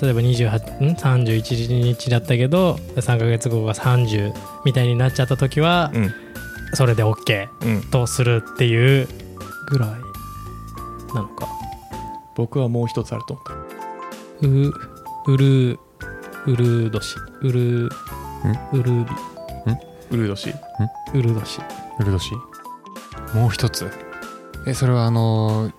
[SPEAKER 3] 例えば28ん31日だったけど3ヶ月後が30みたいになっちゃった時は、
[SPEAKER 1] うん
[SPEAKER 3] それで OK
[SPEAKER 1] うん
[SPEAKER 3] とするっていうぐらいなのか
[SPEAKER 1] 僕はもう一つあると思った
[SPEAKER 3] ううるうる年うるうる
[SPEAKER 1] ウルード氏
[SPEAKER 3] びうる年
[SPEAKER 2] うるどしもう一つえそれはあのー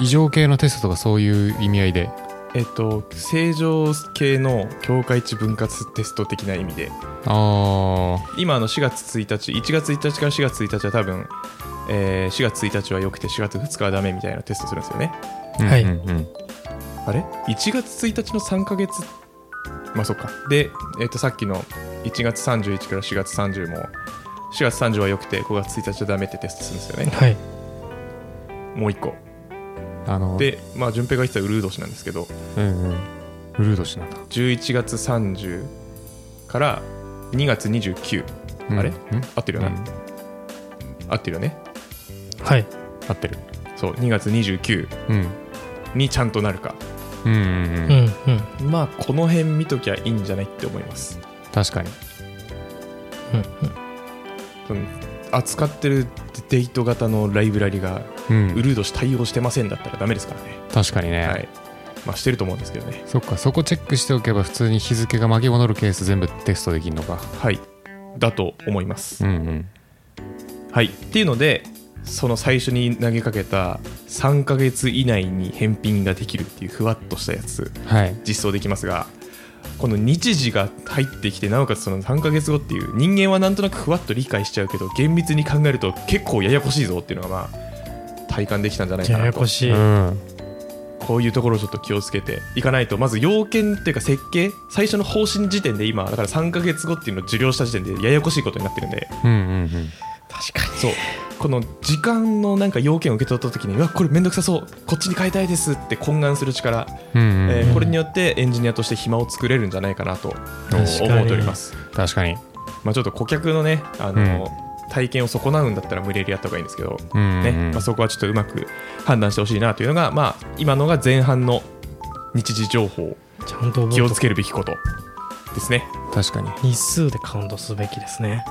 [SPEAKER 2] 異常系のテストとかそういう意味合いで
[SPEAKER 1] えっと正常系の境界値分割テスト的な意味で
[SPEAKER 2] ああ
[SPEAKER 1] 今あの4月1日1月1日から4月1日は多分、えー4月1日は良くて4月2日はダメみたいなテストするんですよね
[SPEAKER 3] はい
[SPEAKER 2] うんうん
[SPEAKER 1] あれ ?1 月1日の3ヶ月まあそっかで、えっとさっきの1月31から4月30も4月30は良くて5月1日はダメってテストするんですよね
[SPEAKER 3] はい
[SPEAKER 1] もう1個
[SPEAKER 2] あのー、
[SPEAKER 1] でまあ順平が言ってたウルード氏なんですけど
[SPEAKER 2] うんうんうるう年なんだ、
[SPEAKER 1] 11月30から2月29
[SPEAKER 2] うん
[SPEAKER 1] あれ
[SPEAKER 2] うん
[SPEAKER 1] 合ってるよ
[SPEAKER 2] う
[SPEAKER 1] ね、
[SPEAKER 2] ん
[SPEAKER 1] 合ってるよね
[SPEAKER 3] はい
[SPEAKER 2] 合ってる
[SPEAKER 1] そう2月29
[SPEAKER 2] うん
[SPEAKER 1] にちゃんとなるか
[SPEAKER 2] うんうんうん
[SPEAKER 3] うんうん
[SPEAKER 1] まあこの辺見ときゃいいんじゃないって思います
[SPEAKER 2] 確かに
[SPEAKER 1] その扱ってるデート型のライブラリが
[SPEAKER 2] うん
[SPEAKER 1] ウルードし対応してませんだったらダメですからね、
[SPEAKER 2] 確かにね、
[SPEAKER 1] はいまあしてると思うんですけどね
[SPEAKER 2] そっかそこチェックしておけば普通に日付が巻き戻るケース全部テストできるのか
[SPEAKER 1] はいだと思います、
[SPEAKER 2] うんうん
[SPEAKER 1] はいっていうのでその最初に投げかけた3ヶ月以内に返品ができるっていうふわっとしたやつ
[SPEAKER 2] はい
[SPEAKER 1] 実装できますがこの日時が入ってきてなおかつその3ヶ月後っていう人間はなんとなくふわっと理解しちゃうけど厳密に考えると結構ややこしいぞっていうのがまあ体感できたんじゃないか
[SPEAKER 3] や
[SPEAKER 1] な
[SPEAKER 3] や
[SPEAKER 1] と
[SPEAKER 3] こしい、
[SPEAKER 2] うん
[SPEAKER 1] こういうところをちょっと気をつけていかないとまず要件っていうか設計最初の方針時点で今だから3ヶ月後っていうのを受領した時点でややこしいことになってるんで
[SPEAKER 2] うんうん
[SPEAKER 3] 確かに
[SPEAKER 1] そうこの時間のなんか要件を受け取った時にうわこれめんどくさそうこっちに変えたいですって懇願する力
[SPEAKER 2] うんうんうん
[SPEAKER 1] えーこれによってエンジニアとして暇を作れるんじゃないかなと
[SPEAKER 3] 確かに
[SPEAKER 1] 思っております。
[SPEAKER 2] 確かに
[SPEAKER 1] まあ、ちょっと顧客のね、あの体験を損なうんだったら無理やりやった方がいいんですけど、
[SPEAKER 2] うんうんうん、
[SPEAKER 1] ねまあ、そこはちょっとうまく判断してほしいなというのが、まあ、今のが前半の日時情報
[SPEAKER 3] ちゃんと覚え
[SPEAKER 1] 気
[SPEAKER 3] と
[SPEAKER 1] を
[SPEAKER 3] く
[SPEAKER 1] つけるべきことですね。
[SPEAKER 2] 確かに
[SPEAKER 3] 日数でカウントすべきですね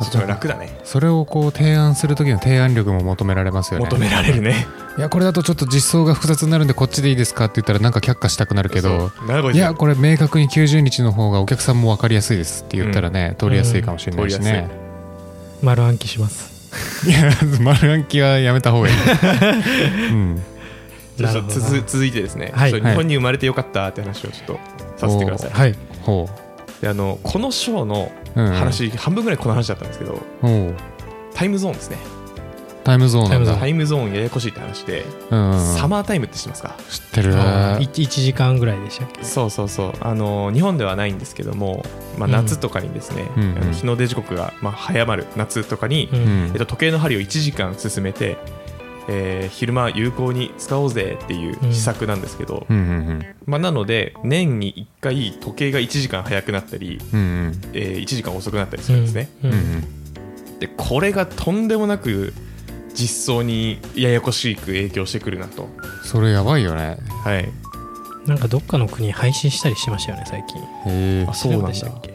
[SPEAKER 1] そっちが楽だね。
[SPEAKER 2] それをこう提案する時の提案力も求められますよね
[SPEAKER 1] 求められるね。
[SPEAKER 2] いやこれだとちょっと実装が複雑になるんでこっちでいいですかって言ったらなんか却下したくなるけど
[SPEAKER 1] そう、なるほど
[SPEAKER 2] いやこれ明確に90日の方がお客さんも分かりやすいですって言ったらね、通りやすいかもしれないしね、
[SPEAKER 3] 丸暗記します
[SPEAKER 2] いや丸暗記はやめた方がいい、うん、
[SPEAKER 1] じゃあちょっと
[SPEAKER 3] なるほど
[SPEAKER 1] 続
[SPEAKER 3] な
[SPEAKER 1] 続いてですね、
[SPEAKER 3] はい
[SPEAKER 1] ちょっと日本に生まれてよかったって話をちょっとさせてください。
[SPEAKER 3] はい
[SPEAKER 2] ほ
[SPEAKER 1] であのこの章の
[SPEAKER 2] う、うん、
[SPEAKER 1] 話、半分ぐらいこの話だったんですけど、
[SPEAKER 2] おう
[SPEAKER 1] タイムゾーンですね。
[SPEAKER 2] タイムゾーンなんだ
[SPEAKER 1] タイムゾーンややこしいって話で、
[SPEAKER 2] うんうん、
[SPEAKER 1] サマータイムって知ってますか
[SPEAKER 2] 知ってる
[SPEAKER 3] あ
[SPEAKER 2] わ
[SPEAKER 3] ーい1時間ぐらいでしたっけ
[SPEAKER 1] そうそうそうあの日本ではないんですけども、まあ、
[SPEAKER 3] うん
[SPEAKER 1] 夏とかにですね、
[SPEAKER 2] うんうん
[SPEAKER 1] あの日の出時刻が、まあ、早まる夏とかに、
[SPEAKER 3] う
[SPEAKER 2] うん
[SPEAKER 1] えっ
[SPEAKER 2] ん
[SPEAKER 1] と、時計の針を1時間進めて、えー昼間有効に使おうぜっていう施策なんですけど、
[SPEAKER 2] うんうん
[SPEAKER 1] まあ、なので年に1回時計が1時間早くなったり、
[SPEAKER 2] うんうん
[SPEAKER 1] えー1時間遅くなったりするんですね、
[SPEAKER 3] うん
[SPEAKER 2] う
[SPEAKER 3] うん
[SPEAKER 2] ん
[SPEAKER 1] でこれがとんでもなく実装にややこしく影響してくるなと
[SPEAKER 2] それやばいよね
[SPEAKER 1] はい
[SPEAKER 3] なんかどっかの国配信したりしてましたよね最近
[SPEAKER 2] へえ
[SPEAKER 1] あそうなんだ
[SPEAKER 3] でしたっけ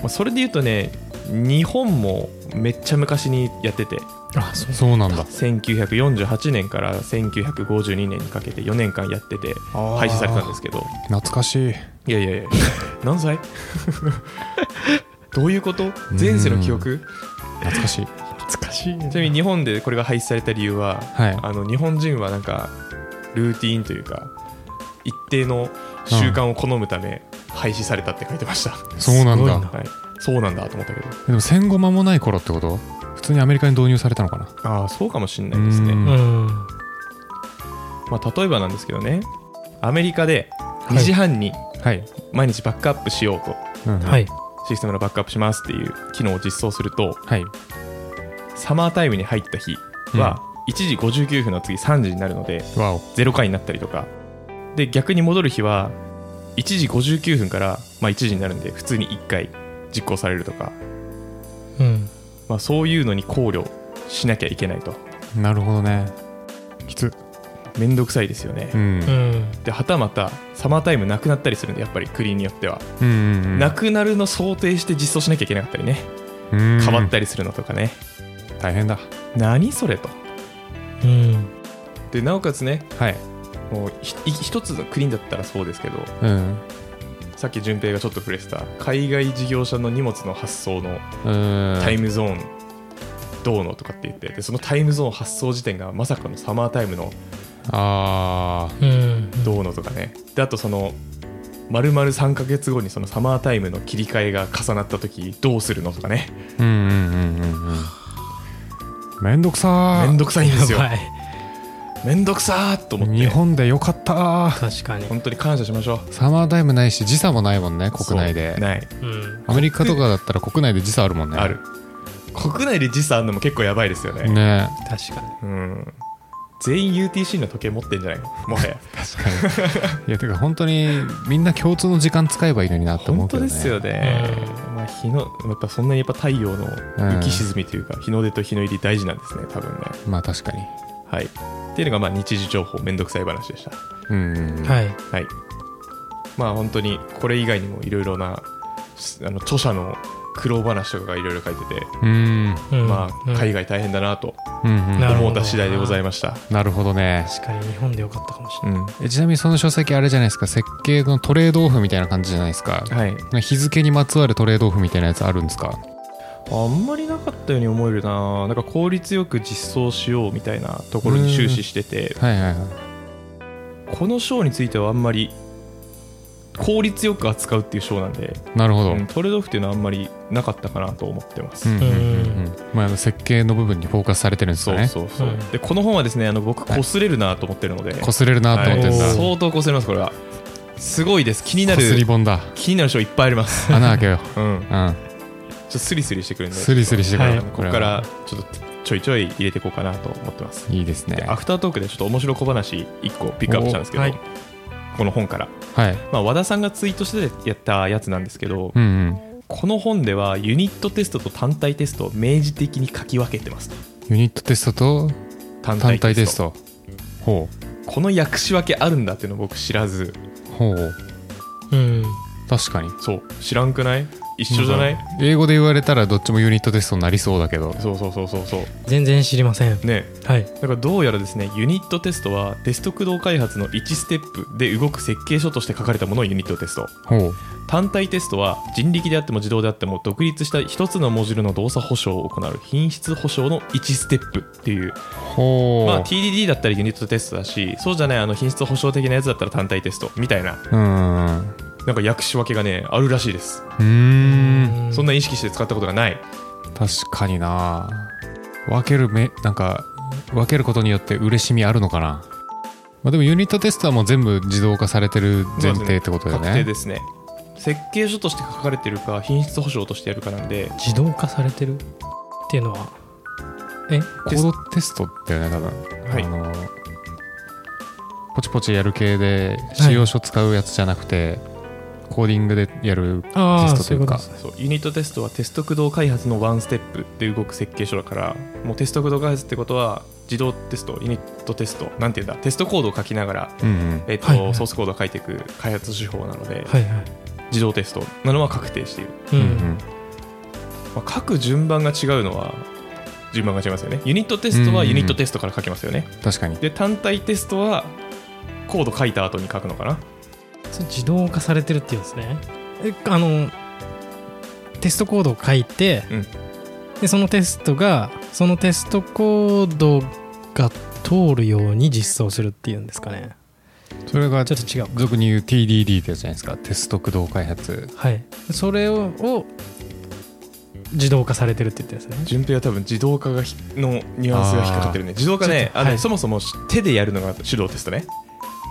[SPEAKER 1] まあそれで言うとね日本もめっちゃ昔にやってて
[SPEAKER 3] あそう
[SPEAKER 2] そうなんだ
[SPEAKER 1] 1948年から1952年にかけて4年間やってて廃止されたんですけど
[SPEAKER 2] 懐かしい
[SPEAKER 1] いやいやいや何歳 どういうこと前世の記憶
[SPEAKER 2] 懐かしい
[SPEAKER 3] 懐かし
[SPEAKER 1] ち
[SPEAKER 3] い
[SPEAKER 1] なみに日本でこれが廃止された理由は、
[SPEAKER 2] はい
[SPEAKER 1] あの日本人はなんかルーティーンというか一定の習慣を好むため廃止されたって書いてました、
[SPEAKER 2] そうなん
[SPEAKER 3] すごい
[SPEAKER 2] だ
[SPEAKER 3] な
[SPEAKER 1] はい、そうなんだと思ったけど
[SPEAKER 2] でも戦後間もない頃ってこと普通にアメリカに導入されたのかな
[SPEAKER 1] ああそうかもしんないですね
[SPEAKER 2] う、ん
[SPEAKER 3] うん
[SPEAKER 1] まあ、例えばなんですけどねアメリカで2時半に
[SPEAKER 2] はい、
[SPEAKER 1] 毎日バックアップしようと、
[SPEAKER 2] うん
[SPEAKER 3] はい
[SPEAKER 1] システムのバックアップしますっていう機能を実装すると
[SPEAKER 2] はい
[SPEAKER 1] サマータイムに入った日は1時59分の次3時になるので
[SPEAKER 2] わお
[SPEAKER 1] 0回になったりとかで逆に戻る日は1時59分から、まあ、1時になるんで普通に1回実行されるとか、
[SPEAKER 3] うん
[SPEAKER 1] まあ、そういうのに考慮しなきゃいけないと
[SPEAKER 2] なるほどねきつ
[SPEAKER 1] めんどくさいですよね、
[SPEAKER 2] うん
[SPEAKER 3] う、ん
[SPEAKER 1] ではたまたサマータイムなくなったりするんでやっぱりクリーンによっては、
[SPEAKER 2] うんうんうん、
[SPEAKER 1] なくなるの想定して実装しなきゃいけなかったりね
[SPEAKER 2] 変
[SPEAKER 1] 変わったりするのとかね、
[SPEAKER 2] 大変だ
[SPEAKER 1] 何それと
[SPEAKER 3] うん
[SPEAKER 1] でなおかつね
[SPEAKER 2] はい
[SPEAKER 1] もうひい一つのクリーンだったらそうですけど
[SPEAKER 2] うん
[SPEAKER 1] さっき順平がちょっと触れてた海外事業者の荷物の発送の
[SPEAKER 2] うん
[SPEAKER 1] タイムゾーンどうのとかって言ってでそのタイムゾーン発送時点がまさかのサマータイムの
[SPEAKER 2] あ
[SPEAKER 3] うん
[SPEAKER 1] どうのとかねであとその丸々3ヶ月後にそのサマータイムの切り替えが重なった時どうするのとかね
[SPEAKER 2] ーうんうんうんうんうんめんどくさ
[SPEAKER 1] め
[SPEAKER 2] ー
[SPEAKER 1] んどくさいんですよ
[SPEAKER 3] やばい
[SPEAKER 1] めんどくさーっと思って
[SPEAKER 2] 日本でよかったー
[SPEAKER 3] 確かに
[SPEAKER 1] 本当に感謝しましょ
[SPEAKER 2] サマータイムないし時差もないもんね
[SPEAKER 1] う
[SPEAKER 2] 国内で
[SPEAKER 1] そうない
[SPEAKER 3] うん
[SPEAKER 2] アメリカとかだったら 国内で時差あるもんね
[SPEAKER 1] ある国内で時差あるのも結構やばいですよね
[SPEAKER 2] ね
[SPEAKER 3] 確かに
[SPEAKER 1] うん全員 UTC の時計持ってんじゃないのもはや
[SPEAKER 2] 確かにいやてか本当にみんな共通の時間使えばいいのになって
[SPEAKER 1] 本
[SPEAKER 2] 思うけ
[SPEAKER 1] 当
[SPEAKER 2] どね
[SPEAKER 1] ですよね、まあ、日のやっぱそんなにやっぱ太陽の浮き沈みというか、日の出と日の入り大事なんですね多分ね
[SPEAKER 2] まあ確かに
[SPEAKER 1] はいっていうのがまあ日時情報めんどくさい話でした
[SPEAKER 2] うんうんうん
[SPEAKER 3] はい
[SPEAKER 1] はいまあ本当にこれ以外にもいろいろなすあの著者の苦労話とかがいろいろ書いてて、
[SPEAKER 2] うん
[SPEAKER 3] うん
[SPEAKER 1] ま
[SPEAKER 3] う
[SPEAKER 1] あ
[SPEAKER 3] ん
[SPEAKER 1] 海外大変だなと
[SPEAKER 2] うんうん
[SPEAKER 3] なるほど
[SPEAKER 1] 思った次第でございました、
[SPEAKER 2] なるほどね
[SPEAKER 3] 確かに日本でよかったかもしれ
[SPEAKER 1] う
[SPEAKER 3] ない
[SPEAKER 1] ん、
[SPEAKER 2] えちなみにその書籍あれじゃないですか設計のトレードオフみたいな感じじゃないですか
[SPEAKER 1] はい
[SPEAKER 2] 日付にまつわるトレードオフみたいなやつあるんですか
[SPEAKER 1] あんまりなかったように思えるななんか効率よく実装しようみたいなところに終始してて
[SPEAKER 2] はいはいはい
[SPEAKER 1] この章についてはあんまり効率よく扱うっていう章なんで、
[SPEAKER 2] なるほど、う
[SPEAKER 1] うん
[SPEAKER 2] ん
[SPEAKER 1] トレードオフっていうのはあんまりなかったかなと思ってます、
[SPEAKER 2] うんうんうんまあ、設計の部分にフォーカスされてるんです
[SPEAKER 1] そ
[SPEAKER 2] か
[SPEAKER 1] う
[SPEAKER 2] ね
[SPEAKER 1] そうそう、
[SPEAKER 3] うん
[SPEAKER 1] でこの本はですねあの僕
[SPEAKER 2] はい
[SPEAKER 1] 擦れるなと思ってるので、
[SPEAKER 2] 擦れるなと思ってんだ、
[SPEAKER 1] は
[SPEAKER 3] はいい
[SPEAKER 1] 相当擦れますこれはすごいです気にな
[SPEAKER 2] 擦り
[SPEAKER 1] る
[SPEAKER 2] 本だ
[SPEAKER 1] 気になる章いっぱいあります
[SPEAKER 2] 穴開けよ
[SPEAKER 1] うんちょ
[SPEAKER 2] う、うん、
[SPEAKER 1] っとスリスリしてくるんで
[SPEAKER 2] スリスリしてくる、
[SPEAKER 3] はい
[SPEAKER 1] ここからちょっとちょいちょい入れていこうかなと思ってます
[SPEAKER 2] いいですね
[SPEAKER 1] でアフタートークでちょっと面白小話1個ピックアップしたんですけど、
[SPEAKER 3] おはい
[SPEAKER 1] この本から、
[SPEAKER 2] はい
[SPEAKER 1] まあ、和田さんがツイートしてやったやつなんですけど、
[SPEAKER 2] うんうん
[SPEAKER 1] この本ではユニットテストと単体テストを明示的に書き分けてます
[SPEAKER 2] ユニットテストと
[SPEAKER 1] 単
[SPEAKER 2] 単
[SPEAKER 1] 体
[SPEAKER 2] 体
[SPEAKER 1] テ
[SPEAKER 2] テ
[SPEAKER 1] ス
[SPEAKER 2] ス
[SPEAKER 1] ト
[SPEAKER 2] トほ
[SPEAKER 1] この訳し分けあるんだっていうの僕知らず
[SPEAKER 2] うほう
[SPEAKER 3] うん
[SPEAKER 2] 確かに
[SPEAKER 1] そう知らんくない一緒じゃない、
[SPEAKER 2] んか英語で言われたらどっちもユニットテストになりそうだけど
[SPEAKER 1] そうそうそうそうそう
[SPEAKER 3] 全然知りません
[SPEAKER 1] ね
[SPEAKER 3] はい
[SPEAKER 1] だからどうやらですねユニットテストはテスト駆動開発の1ステップで動く設計書として書かれたものをユニットテスト
[SPEAKER 2] ほう
[SPEAKER 1] 単体テストは人力であっても自動であっても独立した一つのモジュールの動作保証を行う品質保証の1ステップっていう
[SPEAKER 2] ほう、
[SPEAKER 1] まあ TDD だったらユニットテストだしそうじゃないあの品質保証的なやつだったら単体テストみたいな
[SPEAKER 2] うんう
[SPEAKER 1] なんか訳し分けがねあるらしいです、
[SPEAKER 2] ーん
[SPEAKER 1] そんな意識して使ったことがない
[SPEAKER 2] 確かにな分けるめなんか分けることによって嬉しみあるのかな、まあ、でもユニットテストはもう全部自動化されてる前提ってことだよ
[SPEAKER 1] 確定
[SPEAKER 2] ね
[SPEAKER 1] ですね設計書として書かれてるか品質保証としてやるかなんで
[SPEAKER 3] 自動化されてるっていうのはえ
[SPEAKER 2] コードテストだよね多分、
[SPEAKER 1] はい
[SPEAKER 2] あのポチポチやる系で使用書使うやつじゃなくて、コーディングでやる
[SPEAKER 3] あ
[SPEAKER 2] テス
[SPEAKER 3] あ
[SPEAKER 2] ト
[SPEAKER 3] そ
[SPEAKER 2] とい
[SPEAKER 3] ういう
[SPEAKER 2] う
[SPEAKER 3] こと
[SPEAKER 2] か
[SPEAKER 3] です
[SPEAKER 1] そうユニットテストはテスト駆動開発のワンステップで動く設計書だからもうテスト駆動開発ってことは自動テストユニットテストなんていうんだテストコードを書きながら、
[SPEAKER 2] うんうん
[SPEAKER 1] えっと
[SPEAKER 3] はいはい
[SPEAKER 1] ソースコードを書いていく開発手法なので、
[SPEAKER 3] はいはい
[SPEAKER 1] 自動テストなのは確定している、
[SPEAKER 3] う
[SPEAKER 2] うん
[SPEAKER 3] ん
[SPEAKER 1] まあ、書く順番が違うのは順番が違いますよねユニットテストはユニットテストから書けますよね、
[SPEAKER 2] うん確かに
[SPEAKER 1] で単体テストはコード書いた後に書くのかな
[SPEAKER 3] それ自動化されてるっていうんですねえあのテストコードを書いて、
[SPEAKER 1] うん
[SPEAKER 3] でそのテストがそのテストコードが通るように実装するっていうんですかね
[SPEAKER 2] それが
[SPEAKER 3] ちょっと違う
[SPEAKER 2] 俗に言う TDD ってやつじゃないですかテスト駆動開発
[SPEAKER 3] はいそれをを自動化されてるって言ってるんですね
[SPEAKER 1] 順平は多分自動化がひのニュアンスが引っかかってるね自動化ねあの、
[SPEAKER 3] はい
[SPEAKER 1] そもそも手でやるのが手動テストね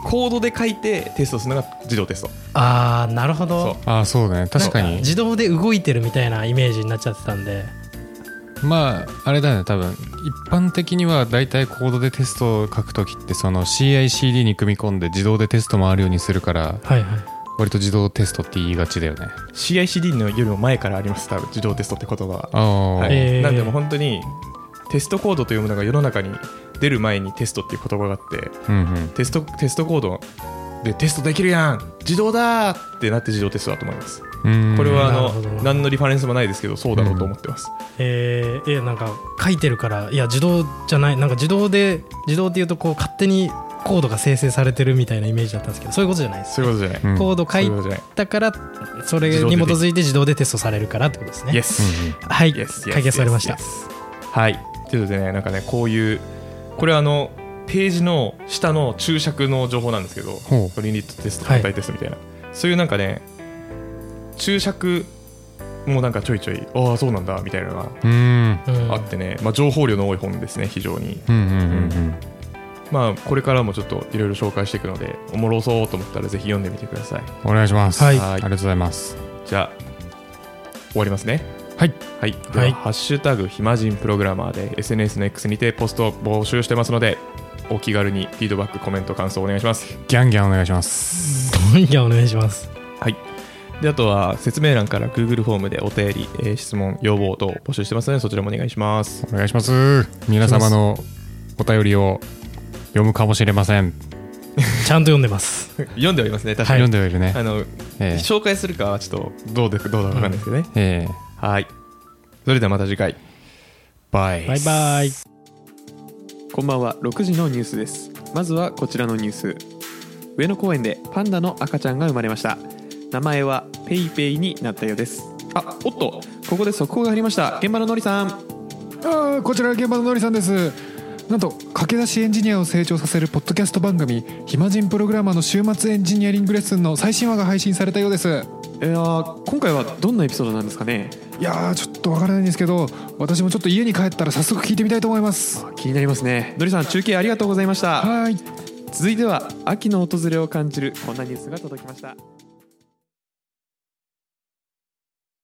[SPEAKER 1] コードで書いてテストするのが自動テスト
[SPEAKER 3] ああなるほ
[SPEAKER 1] そう
[SPEAKER 3] ど
[SPEAKER 2] ああそうだね確かに
[SPEAKER 3] 自動で動いてるみたいなイメージになっちゃってたんで
[SPEAKER 2] まああれだよね多分一般的には大体コードでテストを書くときってその CICD に組み込んで自動でテスト回るようにするから
[SPEAKER 3] はいはい
[SPEAKER 2] 割と自動テストって言いがちだよね
[SPEAKER 1] CICD のよりも前からあります多分自動テストって言葉は、
[SPEAKER 2] ああ、
[SPEAKER 1] はい
[SPEAKER 3] えー
[SPEAKER 1] なんでもう本当にテストコードというものが世の中に出る前にテストっていう言葉があって
[SPEAKER 2] うんうん
[SPEAKER 1] テストテストコードでテストできるやん自動だーってなって自動テストだと思います
[SPEAKER 2] うん
[SPEAKER 1] これはあ
[SPEAKER 3] なるほど
[SPEAKER 1] の何のリファレンスもないですけどそうだろうと思ってます、
[SPEAKER 3] えー、えなんか書いてるからいや自動じゃないなんか自動で自動っていうとこう勝手にコードが生成されてるみたいなイメージだったんですけどそういうことじゃないです
[SPEAKER 1] そういうことじゃない、
[SPEAKER 2] うん
[SPEAKER 3] コード書
[SPEAKER 1] そういう
[SPEAKER 3] い
[SPEAKER 1] ことじゃない
[SPEAKER 3] たからそれに基づいて自動でテストされるからってことですね
[SPEAKER 1] イエス、
[SPEAKER 2] うんうん
[SPEAKER 3] はい
[SPEAKER 1] イエス
[SPEAKER 3] 解決されました。
[SPEAKER 1] イエスイエスはい。ということでね、なんかね、こういう、これはあの、ページの下の注釈の情報なんですけど、
[SPEAKER 2] ほ
[SPEAKER 1] ユニットテスト、
[SPEAKER 3] はい
[SPEAKER 1] 反対テストみたいな、そういうなんかね、注釈もなんかちょいちょい、ああ、そうなんだみたいなのが
[SPEAKER 2] ううん
[SPEAKER 3] うん
[SPEAKER 1] あってね、まあ、情報量の多い本ですね、非常に。
[SPEAKER 2] うんうんうん
[SPEAKER 1] まあ、これからもちょっといろいろ紹介していくので、おもろそうと思ったら、ぜひ読んでみてください。
[SPEAKER 2] お願いします
[SPEAKER 3] はい
[SPEAKER 2] ありがとうございます
[SPEAKER 1] じゃあ、終わりますね。
[SPEAKER 2] はい
[SPEAKER 1] はい、では
[SPEAKER 3] はい
[SPEAKER 1] ハッシュタグ暇人プログラマーで SNS の X にてポストを募集してますのでお気軽にフィードバックコメント感想をお願いします
[SPEAKER 2] ギャンギャンお願いします
[SPEAKER 3] 今夜お願いします
[SPEAKER 1] はいであとは説明欄から Google フォームでお便り、えー質問要望等募集してますのでそちらもお願いします
[SPEAKER 2] お願いします皆様のお便りを読むかもしれません
[SPEAKER 3] ちゃんと読んでます
[SPEAKER 1] 読んでおりますね確かに、
[SPEAKER 2] 読んではいるね
[SPEAKER 1] あの、
[SPEAKER 2] ええ
[SPEAKER 1] 紹介するかはちょっとどうでどうだか分かんないですけどね、
[SPEAKER 2] ええ
[SPEAKER 1] はいそれではまた次回
[SPEAKER 2] バイ
[SPEAKER 3] バイバイ
[SPEAKER 4] こんばんは6時のニュースですまずはこちらのニュース上野公園でパンダの赤ちゃんが生まれました名前はペイペイになったようですあおっとここで速報が入りました現場ののりさん
[SPEAKER 5] あーこちら現場ののりさんですなんと駆け出しエンジニアを成長させるポッドキャスト番組「暇人プログラマーの週末エンジニアリングレッスン」の最新話が配信されたようです
[SPEAKER 4] いやー今回はどんなエピソードなんですかね
[SPEAKER 5] いやーちょっとわからないんですけど私もちょっと家に帰ったら早速聞いてみたいと思います
[SPEAKER 4] あ気になりますねのりさん中継ありがとうございました
[SPEAKER 5] はーい
[SPEAKER 4] 続いては秋の訪れを感じるこんなニュースが届きました